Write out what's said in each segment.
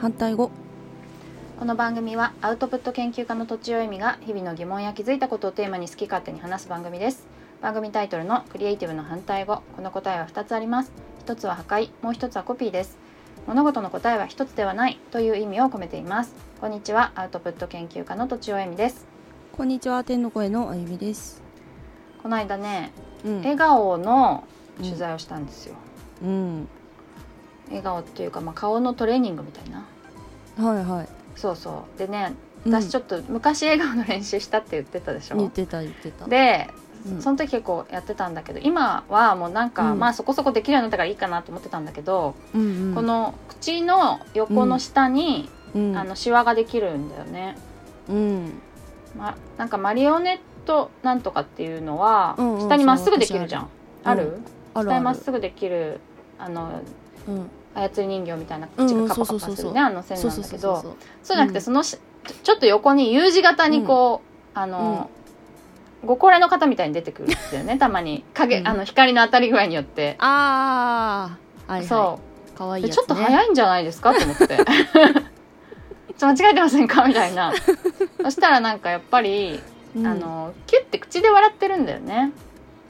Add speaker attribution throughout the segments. Speaker 1: 反対語
Speaker 2: この番組はアウトプット研究家のとちおえみが日々の疑問や気づいたことをテーマに好き勝手に話す番組です番組タイトルのクリエイティブの反対語この答えは2つあります一つは破壊もう一つはコピーです物事の答えは一つではないという意味を込めていますこんにちはアウトプット研究家のとちおえみです
Speaker 1: こんにちは天の声のあゆみです、
Speaker 2: この間ね
Speaker 1: うん
Speaker 2: 笑顔の取材をしたんですよ、
Speaker 1: うん
Speaker 2: 笑顔っていうかまあ顔のトレーニングみたいな
Speaker 1: はいはい
Speaker 2: そうそうでね私ちょ
Speaker 1: っ
Speaker 2: っと昔笑顔の練習したって言ってたでしょ、
Speaker 1: 言ってた言ってた
Speaker 2: で、
Speaker 1: うん
Speaker 2: その時結構やってたんだけど今はもうなんか、
Speaker 1: うん
Speaker 2: まあそこそこできるようになったからいいかなと思ってたんだけど、
Speaker 1: うんうん
Speaker 2: この口の横の下に、
Speaker 1: うん
Speaker 2: あのシワができるんだよね、
Speaker 1: うん
Speaker 2: ま、なんかマリオネットなんとかっていうのは、
Speaker 1: うんうん
Speaker 2: 下にまっすぐできるじゃんあ
Speaker 1: ある
Speaker 2: る,、
Speaker 1: ある
Speaker 2: 下にま
Speaker 1: あ
Speaker 2: っ
Speaker 1: る
Speaker 2: すぐできるあの
Speaker 1: うん
Speaker 2: 操り人形みたいな口がカパカパす
Speaker 1: うんう
Speaker 2: る
Speaker 1: ん
Speaker 2: ねあの線
Speaker 1: そう
Speaker 2: な
Speaker 1: そ
Speaker 2: んだ
Speaker 1: うそ
Speaker 2: け
Speaker 1: うそう
Speaker 2: どそうじゃなく
Speaker 1: う
Speaker 2: て
Speaker 1: ん
Speaker 2: そのしちょっと横に U 字型にこう、あの、ご高齢の方みたいに出てくるんですよ ねたまに影、
Speaker 1: うん
Speaker 2: あの光の当たり具合によって、
Speaker 1: ああはいはい
Speaker 2: そ
Speaker 1: 可
Speaker 2: う
Speaker 1: 愛い
Speaker 2: で
Speaker 1: やつ
Speaker 2: ちょっと早いんじゃないですかと思って ちょ間違えてませんかみた いなそしたらなんかやっぱり、
Speaker 1: うん
Speaker 2: あのキュッて口で笑ってるんだよね、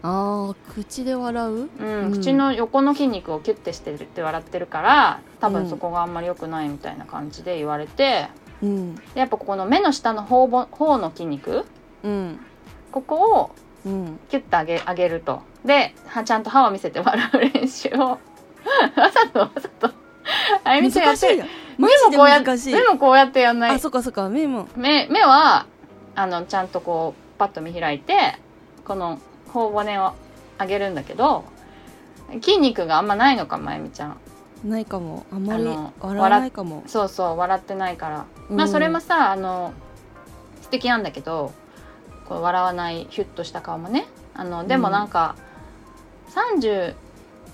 Speaker 1: あー口で笑う
Speaker 2: うん
Speaker 1: うん
Speaker 2: 口の横の筋肉をキュッてしてるって笑ってるから多分そこがあんまり良くないみたいな感じで言われて、
Speaker 1: うん
Speaker 2: でやっぱここの目の下の頬ぼ頬の筋肉
Speaker 1: うん
Speaker 2: ここを
Speaker 1: うん
Speaker 2: キュッと上げ上げるとではちゃんと歯を見せて笑う練習を わざとわざとあゆみちゃんや
Speaker 1: 難
Speaker 2: っ
Speaker 1: してい
Speaker 2: る
Speaker 1: なマ
Speaker 2: 目も
Speaker 1: ジで
Speaker 2: こうやっ
Speaker 1: 難しい
Speaker 2: 目もこうやってやんな
Speaker 1: あ
Speaker 2: い
Speaker 1: そっかそっか目も
Speaker 2: 目目はあのちゃんとこうパッと見開いてこの頬骨を上げるんだけど筋肉があんまないのかもあゆみちゃん
Speaker 1: ないかもあんまり
Speaker 2: あの
Speaker 1: 笑わないかも
Speaker 2: そうそう笑ってないから、
Speaker 1: うん
Speaker 2: まあそれもさあの素敵なんだけどこう笑わないヒュッとした顔もねあのでもなんか、35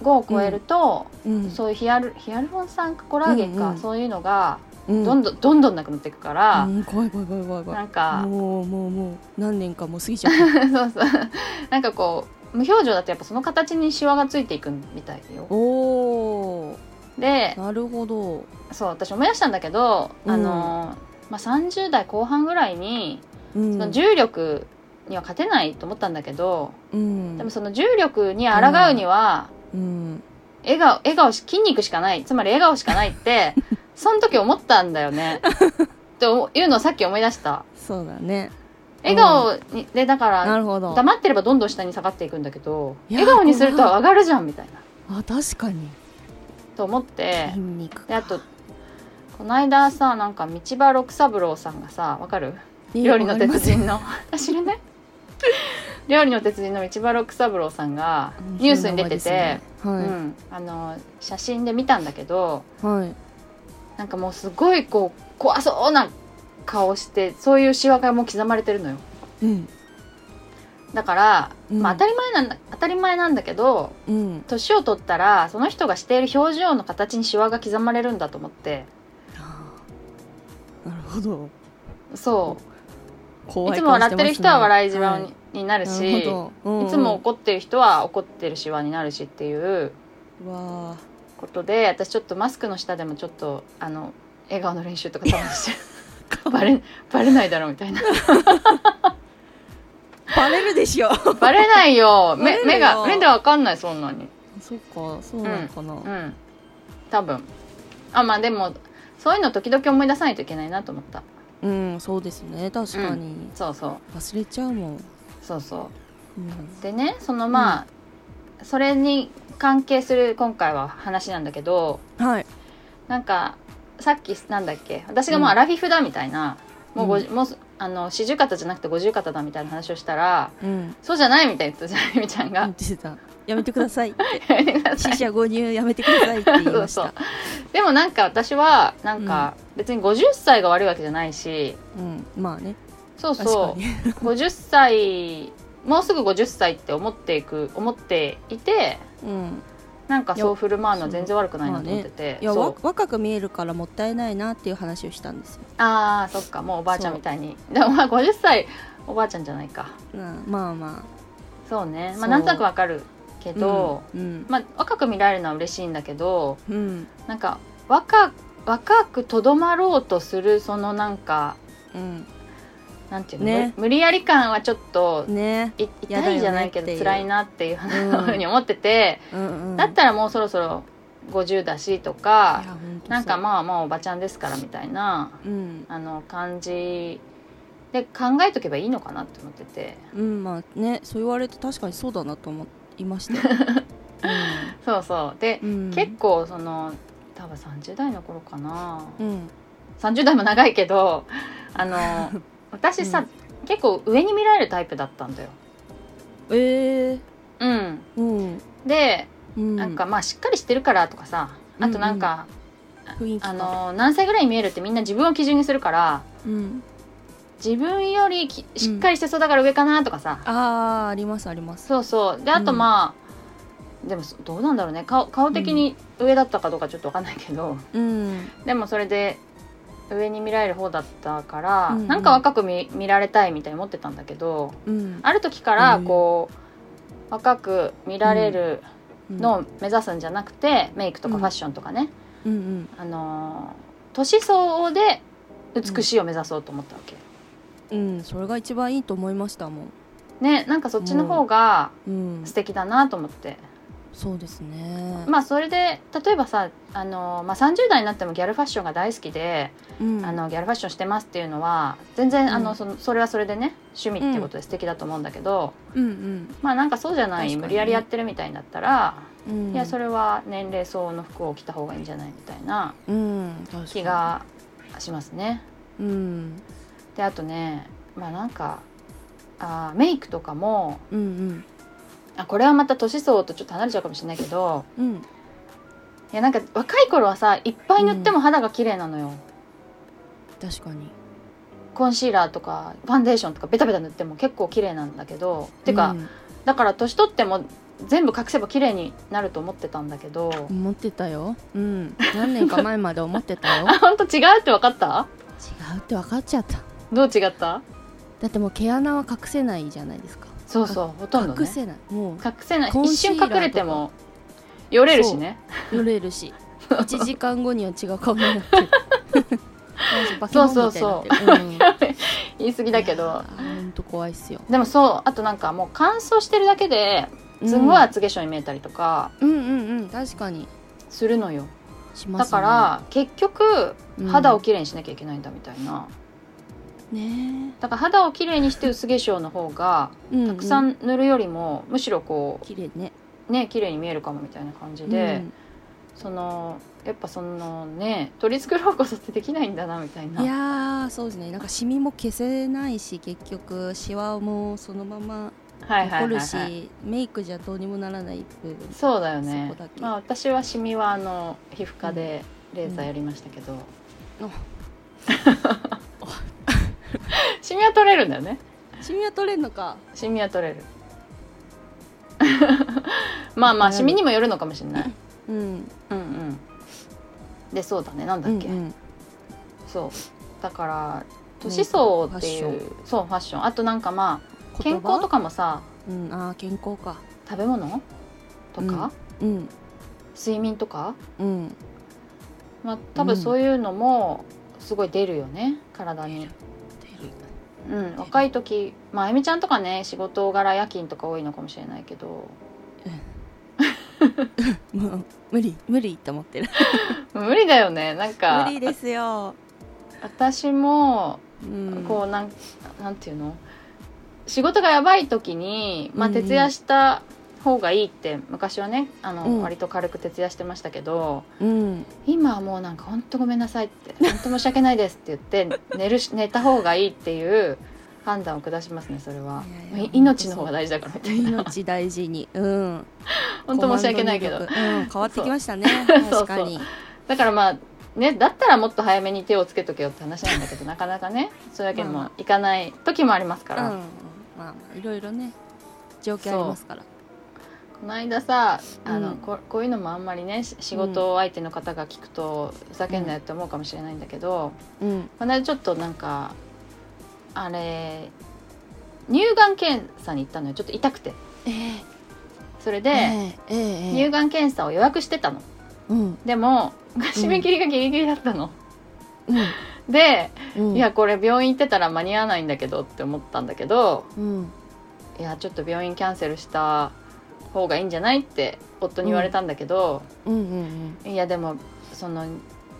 Speaker 2: を超えると、
Speaker 1: うん
Speaker 2: そういうヒアルヒアルロン酸かコラーゲンか、
Speaker 1: うんうん
Speaker 2: そういうのが
Speaker 1: うん
Speaker 2: どんどんどんどんなくなっていくから、
Speaker 1: うん怖い怖い怖い怖い怖い
Speaker 2: なんか
Speaker 1: もうもうもう何年かもう過ぎちゃった
Speaker 2: そうそうなんかこう無表情だとやっぱその形にシワがついていくみたいよ。
Speaker 1: おー
Speaker 2: で
Speaker 1: なるほど
Speaker 2: そう私思い出したんだけど、あのまあ、30代後半ぐらいに
Speaker 1: うん
Speaker 2: その重力には勝てないと思ったんだけど、
Speaker 1: うん
Speaker 2: でもその重力に抗うには、
Speaker 1: うん
Speaker 2: 笑顔笑顔し筋肉しかないつまり笑顔しかないって その時思ったんだよね。というのをさっき思い出した
Speaker 1: そうだね
Speaker 2: 笑顔に、でだから
Speaker 1: なるほど
Speaker 2: 黙ってればどんどん下に下がっていくんだけど
Speaker 1: いやー
Speaker 2: 笑顔にすると
Speaker 1: 怖い
Speaker 2: 上がるじゃんみたいな
Speaker 1: あ確かに
Speaker 2: と思って
Speaker 1: 筋肉
Speaker 2: であとこの間さなんか道場六三郎さんがさわかる
Speaker 1: え
Speaker 2: 料理の
Speaker 1: わか
Speaker 2: 鉄
Speaker 1: りま
Speaker 2: 人のあ知るね 料理の鉄人の道場六三郎さんが
Speaker 1: せん
Speaker 2: ニュースに出てて、
Speaker 1: そう
Speaker 2: う
Speaker 1: なんです
Speaker 2: ん、
Speaker 1: ね
Speaker 2: あの写真で見たんだけど
Speaker 1: はいはい
Speaker 2: なんかもうすごいこう怖そうな顔してそういうシワがもう刻まれてるのよ
Speaker 1: うん
Speaker 2: だから、
Speaker 1: うん
Speaker 2: まあ、当たり前なんだ当たり前なんだけど
Speaker 1: うん
Speaker 2: 年を取ったらその人がしている表情の形にシワが刻まれるんだと思って
Speaker 1: あーなるほど
Speaker 2: そ
Speaker 1: 怖
Speaker 2: うい
Speaker 1: い
Speaker 2: つも笑ってる人は笑いシ
Speaker 1: じ
Speaker 2: ワ
Speaker 1: わ
Speaker 2: にになるし、
Speaker 1: い
Speaker 2: い
Speaker 1: つ
Speaker 2: つも怒ってる人は怒ってるシワになるしっていう
Speaker 1: わあ
Speaker 2: ことで私ちょっとマスクの下でもちょっとあの笑顔の練習とか多分 してるバレバレないだろうみたいな
Speaker 1: バレる でしょ
Speaker 2: バレないよ
Speaker 1: バレる
Speaker 2: 目目
Speaker 1: よ
Speaker 2: が目でわかんないそんなに
Speaker 1: そっかそうなのかな
Speaker 2: うん多分あまあでもそういうの時々思い出さないといけないなと思った
Speaker 1: うんそうですね確かに
Speaker 2: そうそう
Speaker 1: 忘れちゃうもん
Speaker 2: そうそう
Speaker 1: うん
Speaker 2: でねそのまあ、それに関係する今回は話なんだけど
Speaker 1: はい
Speaker 2: なんかさっきなんだっけ私がもう
Speaker 1: うん
Speaker 2: アラフィフだみたいな、もう
Speaker 1: うん
Speaker 2: 50もうあの四十肩じゃなくて五十肩だみたいな話をしたら
Speaker 1: うん
Speaker 2: そうじゃないみたいな言ってたじゃんゆみちゃん
Speaker 1: 言
Speaker 2: が
Speaker 1: っ。てたやめてくださいって
Speaker 2: やめてください
Speaker 1: 死者誤入やめてくださいって言いま し
Speaker 2: そう
Speaker 1: た
Speaker 2: でもなんか私はなんか別に50歳が悪いわけじゃないし、
Speaker 1: うんまあね
Speaker 2: そう
Speaker 1: 確か
Speaker 2: そう
Speaker 1: に
Speaker 2: 50歳もうすぐ50歳って思っていく思っていて
Speaker 1: うん
Speaker 2: なんかそう振る舞うの全然悪くないなと思ってて、
Speaker 1: いや
Speaker 2: そう
Speaker 1: わ若く見えるからもったいないなっていう話をしたんですよ
Speaker 2: ああそっかもうおばあちゃんみたいにでもまあ50歳おばあちゃんじゃないか
Speaker 1: うんまあま
Speaker 2: そうねま
Speaker 1: そ
Speaker 2: あ
Speaker 1: う
Speaker 2: なんとなくわかるけ
Speaker 1: あ
Speaker 2: ど、
Speaker 1: うん
Speaker 2: まあ若く見られるのは嬉しいんだけど
Speaker 1: うん
Speaker 2: なんか若若くとどまろうとするそのなんか
Speaker 1: うん
Speaker 2: なんていうの、
Speaker 1: ね
Speaker 2: 無無理やり感はちょっと
Speaker 1: ね
Speaker 2: い痛
Speaker 1: やだよね
Speaker 2: いじゃないけ
Speaker 1: ってい
Speaker 2: ど
Speaker 1: う
Speaker 2: 辛いなっていうふ
Speaker 1: うん
Speaker 2: うに思ってて、
Speaker 1: うんうん
Speaker 2: だったらもうそろそろ50だしとか
Speaker 1: いやほとそう
Speaker 2: なんかまあまあおばちゃんですからみたいな
Speaker 1: うん
Speaker 2: あの感じで考えとけばいいのかなって思ってて
Speaker 1: うんまあねそう言われて確かにそうだなと思いました よ、
Speaker 2: そうそうで、
Speaker 1: うんうん、
Speaker 2: 結構その多分30代の頃かな、
Speaker 1: うん
Speaker 2: 30代も長いけどあ の私さ、結構上に見られるタイプだったんだよ。
Speaker 1: ええ
Speaker 2: うん、
Speaker 1: うん
Speaker 2: で
Speaker 1: うん
Speaker 2: なんかまあしっかりしてるからとかさあとなんか、
Speaker 1: 雰囲気
Speaker 2: あ
Speaker 1: か、
Speaker 2: の何歳ぐらいに見えるってみんな自分を基準にするから
Speaker 1: うん、
Speaker 2: 自分よりきしっかりしてそうだから上かなとかさ、
Speaker 1: ああありますあります
Speaker 2: そうそうであと
Speaker 1: うん
Speaker 2: まあ、でもそどうなんだろうね顔顔的に上だったかどうかちょっとわかんないけど、
Speaker 1: うん
Speaker 2: でもそれで上に見られる方だったから、
Speaker 1: うんうん
Speaker 2: なんか若く見見られたいみたいに思ってたんだけど
Speaker 1: うん
Speaker 2: ある時から
Speaker 1: うん
Speaker 2: こう、若く見られるの
Speaker 1: う
Speaker 2: を
Speaker 1: ん
Speaker 2: 目指すんじゃなくて、メイクとか
Speaker 1: うん
Speaker 2: ファッションとかね、
Speaker 1: うん
Speaker 2: あのー年相応で美しいを目指そうと思ったわけ、
Speaker 1: うん、うん、それが一番いいと思いましたもん
Speaker 2: ねなんかそっちの方が
Speaker 1: うん
Speaker 2: 素敵だなと思って、
Speaker 1: そうですね
Speaker 2: まあそれで例えばさ、あのーまあ、30代になってもギャルファッションが大好きで、
Speaker 1: うん
Speaker 2: あのギャルファッションしてますっていうのは全然、
Speaker 1: うん
Speaker 2: あのそのそれはそれでね趣味ってことで素敵だと思うんだけど、
Speaker 1: うん
Speaker 2: まあなんかそうじゃな
Speaker 1: 確
Speaker 2: い、
Speaker 1: かにね
Speaker 2: 無理やりやってるみたいになったら、
Speaker 1: うんうん
Speaker 2: いやそれは年齢相応の服を着た方がいいんじゃないみたいな
Speaker 1: うん確かに
Speaker 2: 気がしますね。
Speaker 1: うん
Speaker 2: であとねまあなんかあーメイクとかも
Speaker 1: うん
Speaker 2: あこれはまた年相応とちょっと離れちゃうかもしれないけど
Speaker 1: うんうん
Speaker 2: いやなんか若い頃はさいっぱい塗っても肌が綺麗なのよ、
Speaker 1: 確かに
Speaker 2: コンシーラーとかファンデーションとかベタベタ塗っても結構綺麗なんだけどてか、だから年取っても全部隠せば綺麗になると思ってたんだけど、
Speaker 1: うん思ってたようん何年か前まで思ってた よ違
Speaker 2: あ本当違うって分かった
Speaker 1: うって分かっちゃった
Speaker 2: どう違った
Speaker 1: だってもう毛穴は隠せないじゃないですか
Speaker 2: そうそうほとんど、ね、
Speaker 1: 隠
Speaker 2: 隠せ
Speaker 1: せないもう
Speaker 2: ない
Speaker 1: コン
Speaker 2: 一
Speaker 1: シー
Speaker 2: 瞬
Speaker 1: ラーとか
Speaker 2: 隠れてもよれるしね
Speaker 1: 濡れ るし1時間後には違う顔になってるバケモンみたいに なってるうん
Speaker 2: 言 い過ぎだけ
Speaker 1: い
Speaker 2: ど
Speaker 1: やーほんと怖いっすよ
Speaker 2: でもそうあとなんかもう乾燥してるだけですごい厚化粧に見えたりとか
Speaker 1: うんうんうん確かに
Speaker 2: するのよ、
Speaker 1: しま
Speaker 2: だ
Speaker 1: すね
Speaker 2: から結局
Speaker 1: うん
Speaker 2: 肌をきれいにしなきゃいけないんだみたいな、
Speaker 1: ね
Speaker 2: だから肌をきれいにして薄化粧の方が
Speaker 1: え
Speaker 2: たくさ
Speaker 1: うん
Speaker 2: 塗るよりもむしろこ
Speaker 1: うん綺麗ね
Speaker 2: うね綺麗に見えるかもみたいな感じで、そのやっぱそのね取り繕うことってできないんだなみたい
Speaker 1: うんい
Speaker 2: な
Speaker 1: やーそうですねなんかシミも消せないし結局シワもそのまま
Speaker 2: はいはい
Speaker 1: 残
Speaker 2: はい、
Speaker 1: る
Speaker 2: は
Speaker 1: し
Speaker 2: い、
Speaker 1: メイクじゃどうにもならない部分
Speaker 2: そうだよね
Speaker 1: そこだけ
Speaker 2: まあ私はシミはあの皮膚科でレーザーやりましたけど、
Speaker 1: うん
Speaker 2: シミは取れるんだよね
Speaker 1: シミは取れんのか
Speaker 2: シミは取れる まあまあシミにもよるのかもしれない
Speaker 1: うん
Speaker 2: うんうんでそうだねなんだっけ、
Speaker 1: うんうん
Speaker 2: そうだから年相応っていう
Speaker 1: メイク
Speaker 2: そうファッションあとなんかまあ健
Speaker 1: 言葉
Speaker 2: 康とかもさ
Speaker 1: うんあー健康か
Speaker 2: 食べ物とか、
Speaker 1: うん
Speaker 2: 睡眠とか、
Speaker 1: うん
Speaker 2: まあ、多分そういうのもすごい出るよね体に、うん、若い時まああゆみちゃんとかね仕事柄夜勤とか多いのかもしれないけど
Speaker 1: もう無理無理って思ってる
Speaker 2: 無理だよねなんか
Speaker 1: 無理ですよ、
Speaker 2: 私も
Speaker 1: うん、
Speaker 2: こうなんなんていうの仕事がやばい時に、まあ、
Speaker 1: うんうん
Speaker 2: 徹夜した方がいいって昔はねあの、
Speaker 1: うん
Speaker 2: 割と軽く徹夜してましたけど
Speaker 1: うん
Speaker 2: 今はもうなんか「本当ごめんなさい」って「本当申し訳ないです」って言って寝るし寝た方がいいっていう判断を下しますねそれはい
Speaker 1: やいや
Speaker 2: い命の方が大事だからみたいな
Speaker 1: 命大事に、うん、
Speaker 2: 本当申し訳ないけど
Speaker 1: コマンド 入力うん、変わってきましたね
Speaker 2: そう
Speaker 1: 確かに
Speaker 2: だからまあねだったらもっと早めに手をつけとけよって話なんだけどなかなかねそういうわけに
Speaker 1: まあ
Speaker 2: も
Speaker 1: ま
Speaker 2: いかない時もありますか
Speaker 1: うん
Speaker 2: ら、
Speaker 1: うんまあまあいろいろね状況ありますから
Speaker 2: この間さあの、
Speaker 1: うん
Speaker 2: ここういうのもあんまりねし仕事相手の方が聞くとふざけんなよって思うかもしれないんだけど、
Speaker 1: うん
Speaker 2: この間ちょっとなんかあれ乳がん検査に行ったのよちょっと痛くて
Speaker 1: ええ
Speaker 2: それで、
Speaker 1: ええええ
Speaker 2: 乳がん検査を予約してたの
Speaker 1: うん
Speaker 2: でも締め切りがギリギリだったの、
Speaker 1: うん
Speaker 2: で、
Speaker 1: うん
Speaker 2: いやこれ病院行ってたら間に合わないんだけどって思ったんだけど
Speaker 1: うん
Speaker 2: いやちょっと病院キャンセルした方がいいんじゃないって夫に言われたんだけど、
Speaker 1: うんうん
Speaker 2: いやでもその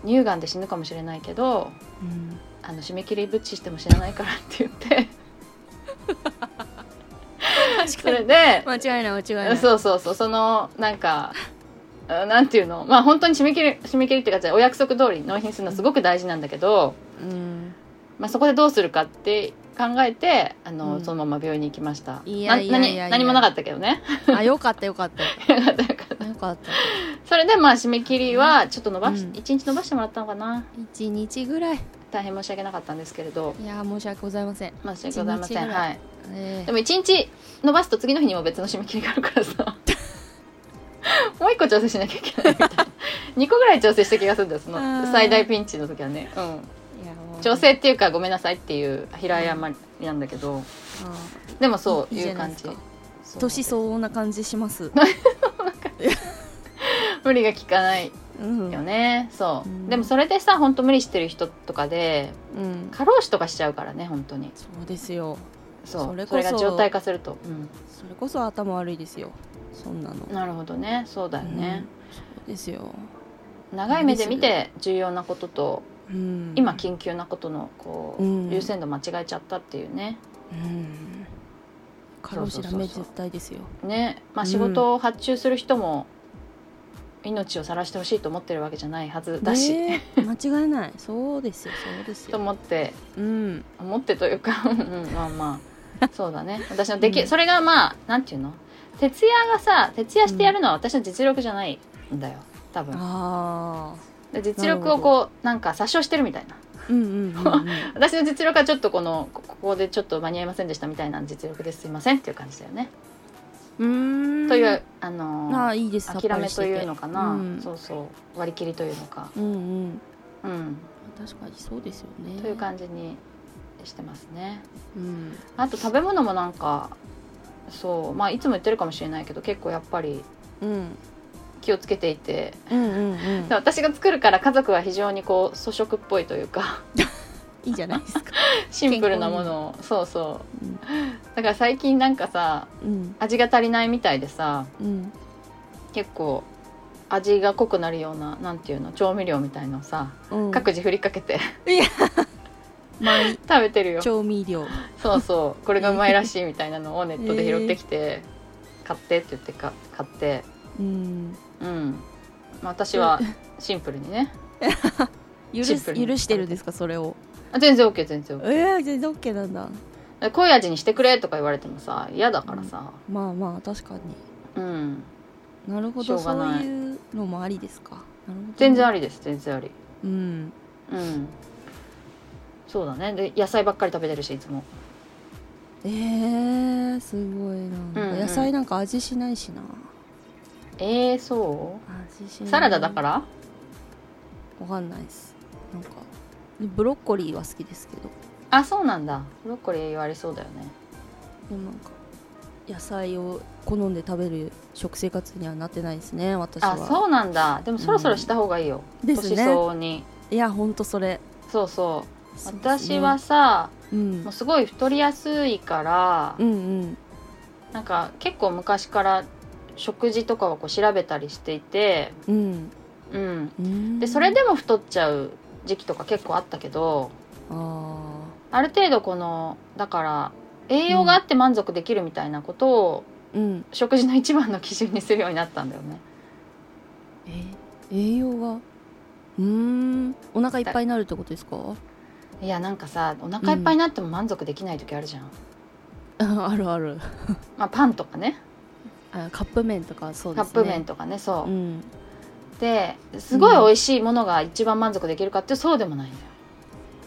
Speaker 2: 乳がんで死ぬかもしれないけど
Speaker 1: うん
Speaker 2: あの締め切りぶっちしても知らないからって言って
Speaker 1: 確
Speaker 2: そ
Speaker 1: か
Speaker 2: れ
Speaker 1: に
Speaker 2: で
Speaker 1: 間違いない間違いない
Speaker 2: そうそうそうそのなんかうんなんていうのまあ本当に締め切り締め切りっていうかお約束通りに納品するのはすごく大事なんだけど、
Speaker 1: うん
Speaker 2: まあ、そこでどうするかって考えてあの、
Speaker 1: うん
Speaker 2: そのまま病院に行きました
Speaker 1: いやいやいやいや
Speaker 2: な何何もなかったけどね
Speaker 1: あよかったよかった
Speaker 2: よかったよかった
Speaker 1: よかった
Speaker 2: それでまあ締め切りはちょっと伸ばし、
Speaker 1: うん
Speaker 2: 1日伸ばしてもらったのかな
Speaker 1: 一日ぐらい
Speaker 2: 大変申し訳なかったんですけれど
Speaker 1: いや申し訳ございません
Speaker 2: 申し訳ございませ
Speaker 1: 一日
Speaker 2: ん
Speaker 1: ぐらい
Speaker 2: はい
Speaker 1: え
Speaker 2: でも1日伸ばすと次の日にも別の締め切りがあるから さもう1個調整しなきゃいけないみたいな2個ぐらい調整した気がするんだよその
Speaker 1: あー
Speaker 2: 最大ピンチの時はね、う、
Speaker 1: えいやもうん
Speaker 2: 調整っていうかごめんなさいっていう平謝りなんだけど、
Speaker 1: うん
Speaker 2: でもそう
Speaker 1: いい
Speaker 2: い
Speaker 1: じゃ
Speaker 2: う
Speaker 1: ない
Speaker 2: 感
Speaker 1: で
Speaker 2: じ
Speaker 1: すか
Speaker 2: そう
Speaker 1: 年相応な感じします
Speaker 2: 無理が効かない
Speaker 1: うん
Speaker 2: よね、そう、
Speaker 1: うん
Speaker 2: でもそれでさ本当無理してる人とかで
Speaker 1: うん
Speaker 2: 過労死とかしちゃうからね本当に
Speaker 1: そうですよ
Speaker 2: そう
Speaker 1: そ
Speaker 2: そ
Speaker 1: れ
Speaker 2: れ
Speaker 1: こそ
Speaker 2: が状態化すると、
Speaker 1: それこそ頭悪いですよそんなの
Speaker 2: うん、なるほどねそうだよね、
Speaker 1: うんそうですよ
Speaker 2: 長い目で見て重要なことと
Speaker 1: うん
Speaker 2: 今緊急なことのこう、
Speaker 1: うん
Speaker 2: 優先度間違えちゃったっていうね
Speaker 1: うん過労死ダメ絶対ですよ
Speaker 2: ね、まあ、
Speaker 1: うん
Speaker 2: 仕事を発注する人も命を晒してほしいと思ってるわけじゃないはずだし、
Speaker 1: ねえ 間違いないそうですよそうです
Speaker 2: と
Speaker 1: よ
Speaker 2: 思って
Speaker 1: うん
Speaker 2: 思ってというか、うん、まあま あそうだね私のでき、
Speaker 1: うん
Speaker 2: それがまあなんていうの徹夜がさ徹夜してやるのは私の実力じゃないんだよ多分
Speaker 1: あ
Speaker 2: で実力をこうなんか殺傷してるみたいな
Speaker 1: あうんうんうんうん
Speaker 2: 私の実力はちょっとこのこここでちょっと間に合いませんでしたみたいな実力ですいませんっていう感じだよね、
Speaker 1: うーん
Speaker 2: というあのー
Speaker 1: ああいいです
Speaker 2: 諦めというのかな、
Speaker 1: うん
Speaker 2: そうそう割り切りというのか、
Speaker 1: うんうん
Speaker 2: うん、
Speaker 1: 確かにそうですよね
Speaker 2: という感じにしてますね
Speaker 1: うん
Speaker 2: あと食べ物もなんかそうまあいつも言ってるかもしれないけど結構やっぱり
Speaker 1: うん
Speaker 2: 気をつけていて
Speaker 1: うんうんうん
Speaker 2: で私が作るから家族は非常にこう粗食っぽいという か
Speaker 1: いいじゃないですか
Speaker 2: シンプルなものをそうそううんだから最近なんかさ
Speaker 1: うん
Speaker 2: 味が足りないみたいでさ
Speaker 1: うん
Speaker 2: 結構味が濃くなるようななんていうの調味料みたいのをさ
Speaker 1: うん
Speaker 2: 各自振りかけて
Speaker 1: マイ
Speaker 2: 食べてるよ
Speaker 1: 調味料
Speaker 2: そうそうこれがうまいらしいみたいなのをネットで拾ってき て、買ってって言ってか買って
Speaker 1: うん
Speaker 2: うん、まあ、私はシンプルにね
Speaker 1: 許
Speaker 2: シ
Speaker 1: す
Speaker 2: ンプルに
Speaker 1: 許してるんですかそれを
Speaker 2: あ全然 OK 全然 OK
Speaker 1: ええ全然 OK なんだ
Speaker 2: で濃い味にしてくれとか言われてもさ嫌だからさ
Speaker 1: まあまあ確かに
Speaker 2: うん
Speaker 1: なるほ
Speaker 2: しょ
Speaker 1: ど
Speaker 2: うが
Speaker 1: そ
Speaker 2: ないう
Speaker 1: いうのもありですかなるほどね
Speaker 2: 全然ありです全然あり
Speaker 1: うん
Speaker 2: うんそうだねで野菜ばっかり食べてるしいつも
Speaker 1: えー、すごいな
Speaker 2: うんうん
Speaker 1: 野菜なんか味しないしな
Speaker 2: えー、そ
Speaker 1: 味し
Speaker 2: う
Speaker 1: ない
Speaker 2: サラダだから
Speaker 1: わかんないですなんかブロッコリーは好きですけど
Speaker 2: あそうなんだブロッコリー言われそうだよね
Speaker 1: でもなんか野菜を好んで食べる食生活にはなってないですね私は
Speaker 2: あそうなんだでもそろそろした方がいいよ、
Speaker 1: です
Speaker 2: 年
Speaker 1: ね
Speaker 2: 相応に
Speaker 1: いやほんとそれ
Speaker 2: そうそう
Speaker 1: そうですね
Speaker 2: 私はさ
Speaker 1: うん
Speaker 2: もうすごい太りやすいから、
Speaker 1: うんうん
Speaker 2: なんか結構昔から食事とかをこう調べたりしていて、
Speaker 1: うん
Speaker 2: うん、
Speaker 1: うん
Speaker 2: でそれでも太っちゃう時期とか結構あったけど
Speaker 1: あ
Speaker 2: ある程度このだから栄養があって満足できるみたいなことを
Speaker 1: ーうん
Speaker 2: 食事の一番の基準にするようになったんだよね。
Speaker 1: え栄養がうーんお腹いっぱいになるってことですか
Speaker 2: いやなんかさお腹いっぱいになっても満足できない時あるじゃん、
Speaker 1: あるある
Speaker 2: まあ、パンとかね
Speaker 1: あカップ麺とかそう
Speaker 2: カ
Speaker 1: で
Speaker 2: ッ
Speaker 1: すね
Speaker 2: プ麺とかねそうう、
Speaker 1: ん
Speaker 2: ですごい美味しいものが一番満足できるかってそうでもないん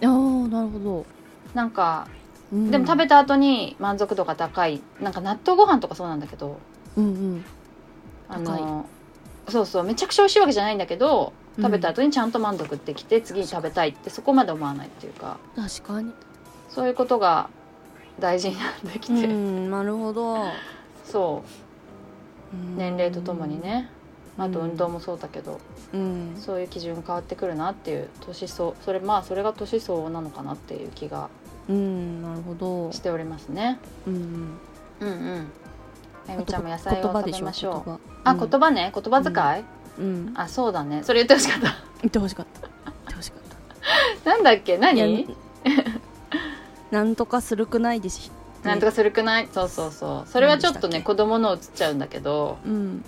Speaker 2: だよ
Speaker 1: ああなるほど、
Speaker 2: なんか
Speaker 1: うん
Speaker 2: でも食べた後に満足度が高いなんか納豆ご飯とかそうなんだけど
Speaker 1: うんうん
Speaker 2: あのそうそうめちゃくちゃ美味しいわけじゃないんだけど食べた後にちゃんと満足できて次に食べたいってそこまで思わないっていうか
Speaker 1: 確かに
Speaker 2: そういうことが大事になってきて、
Speaker 1: うんなるほど
Speaker 2: そう
Speaker 1: うん
Speaker 2: 年齢とともにねあと運動もそうだけど、
Speaker 1: うん
Speaker 2: そういう基準変わってくるなっていう年相それまあそれが年相なのかなっていう気が
Speaker 1: うんなるほど
Speaker 2: しておりますね。
Speaker 1: うん
Speaker 2: うんうん。あ
Speaker 1: あ
Speaker 2: ゆ
Speaker 1: と
Speaker 2: みちゃんも野菜
Speaker 1: 言葉
Speaker 2: を
Speaker 1: で
Speaker 2: 食
Speaker 1: し
Speaker 2: べ
Speaker 1: ょ
Speaker 2: ましょう。
Speaker 1: 言葉
Speaker 2: あ言葉ね言葉遣い、
Speaker 1: うんうん
Speaker 2: あそうだねそれ言ってほしかっ
Speaker 1: 言ってほしかった言ってほしかった
Speaker 2: た なんだっけ
Speaker 1: い
Speaker 2: 何
Speaker 1: やなんとかするくないですし
Speaker 2: なんとかするくないそうそうそうそれはちょっと
Speaker 1: 何でしたっ
Speaker 2: ね
Speaker 1: け
Speaker 2: 子供の映っちゃうんだけど
Speaker 1: うん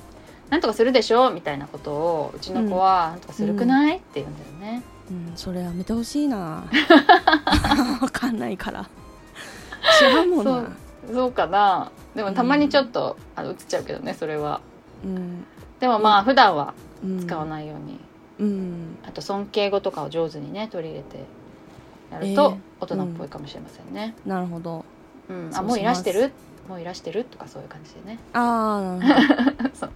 Speaker 2: なんとかするでしょみたいなことをうちの子はなんとかするくない、って言うんだよね
Speaker 1: うんそれやめてほしいな わかんないから違うもん
Speaker 2: そ
Speaker 1: な
Speaker 2: そうかなでもたまにちょっと、あの映っちゃうけどねそれは
Speaker 1: うん
Speaker 2: でもまあ普段は
Speaker 1: うん
Speaker 2: 使わないように、
Speaker 1: うん
Speaker 2: あと尊敬語とかを上手にね取り入れてやると大人っぽいかもしれませんね、
Speaker 1: なるほど
Speaker 2: うん
Speaker 1: そ
Speaker 2: あ
Speaker 1: う
Speaker 2: もういらして
Speaker 1: しま
Speaker 2: るもういらしてるとかそういう感じでね
Speaker 1: ああなるほ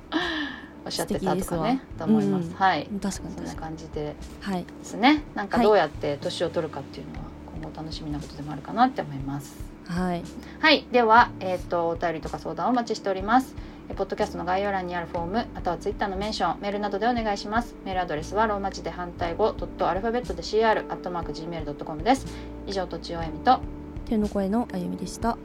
Speaker 2: おっしゃってたとかねと
Speaker 1: わ
Speaker 2: 思います、
Speaker 1: うん
Speaker 2: はい
Speaker 1: ど確かに
Speaker 2: そんな
Speaker 1: 確か
Speaker 2: 感じで
Speaker 1: にはい
Speaker 2: ですねなんか
Speaker 1: はい
Speaker 2: どうやって年を取るかっていうのは今後楽しみなことでもあるかなって思います
Speaker 1: はい
Speaker 2: はいでは、えー、とお便りとか相談をお待ちしておりますえポッドキャストの概要欄にあるフォームまたはツイッターのメンションメールなどでお願いしますメールアドレスはローマ字で反対語ドットアルファベットで CR アットマーク Gmail.com です以上とちおえみと
Speaker 1: 天の声のあゆみでした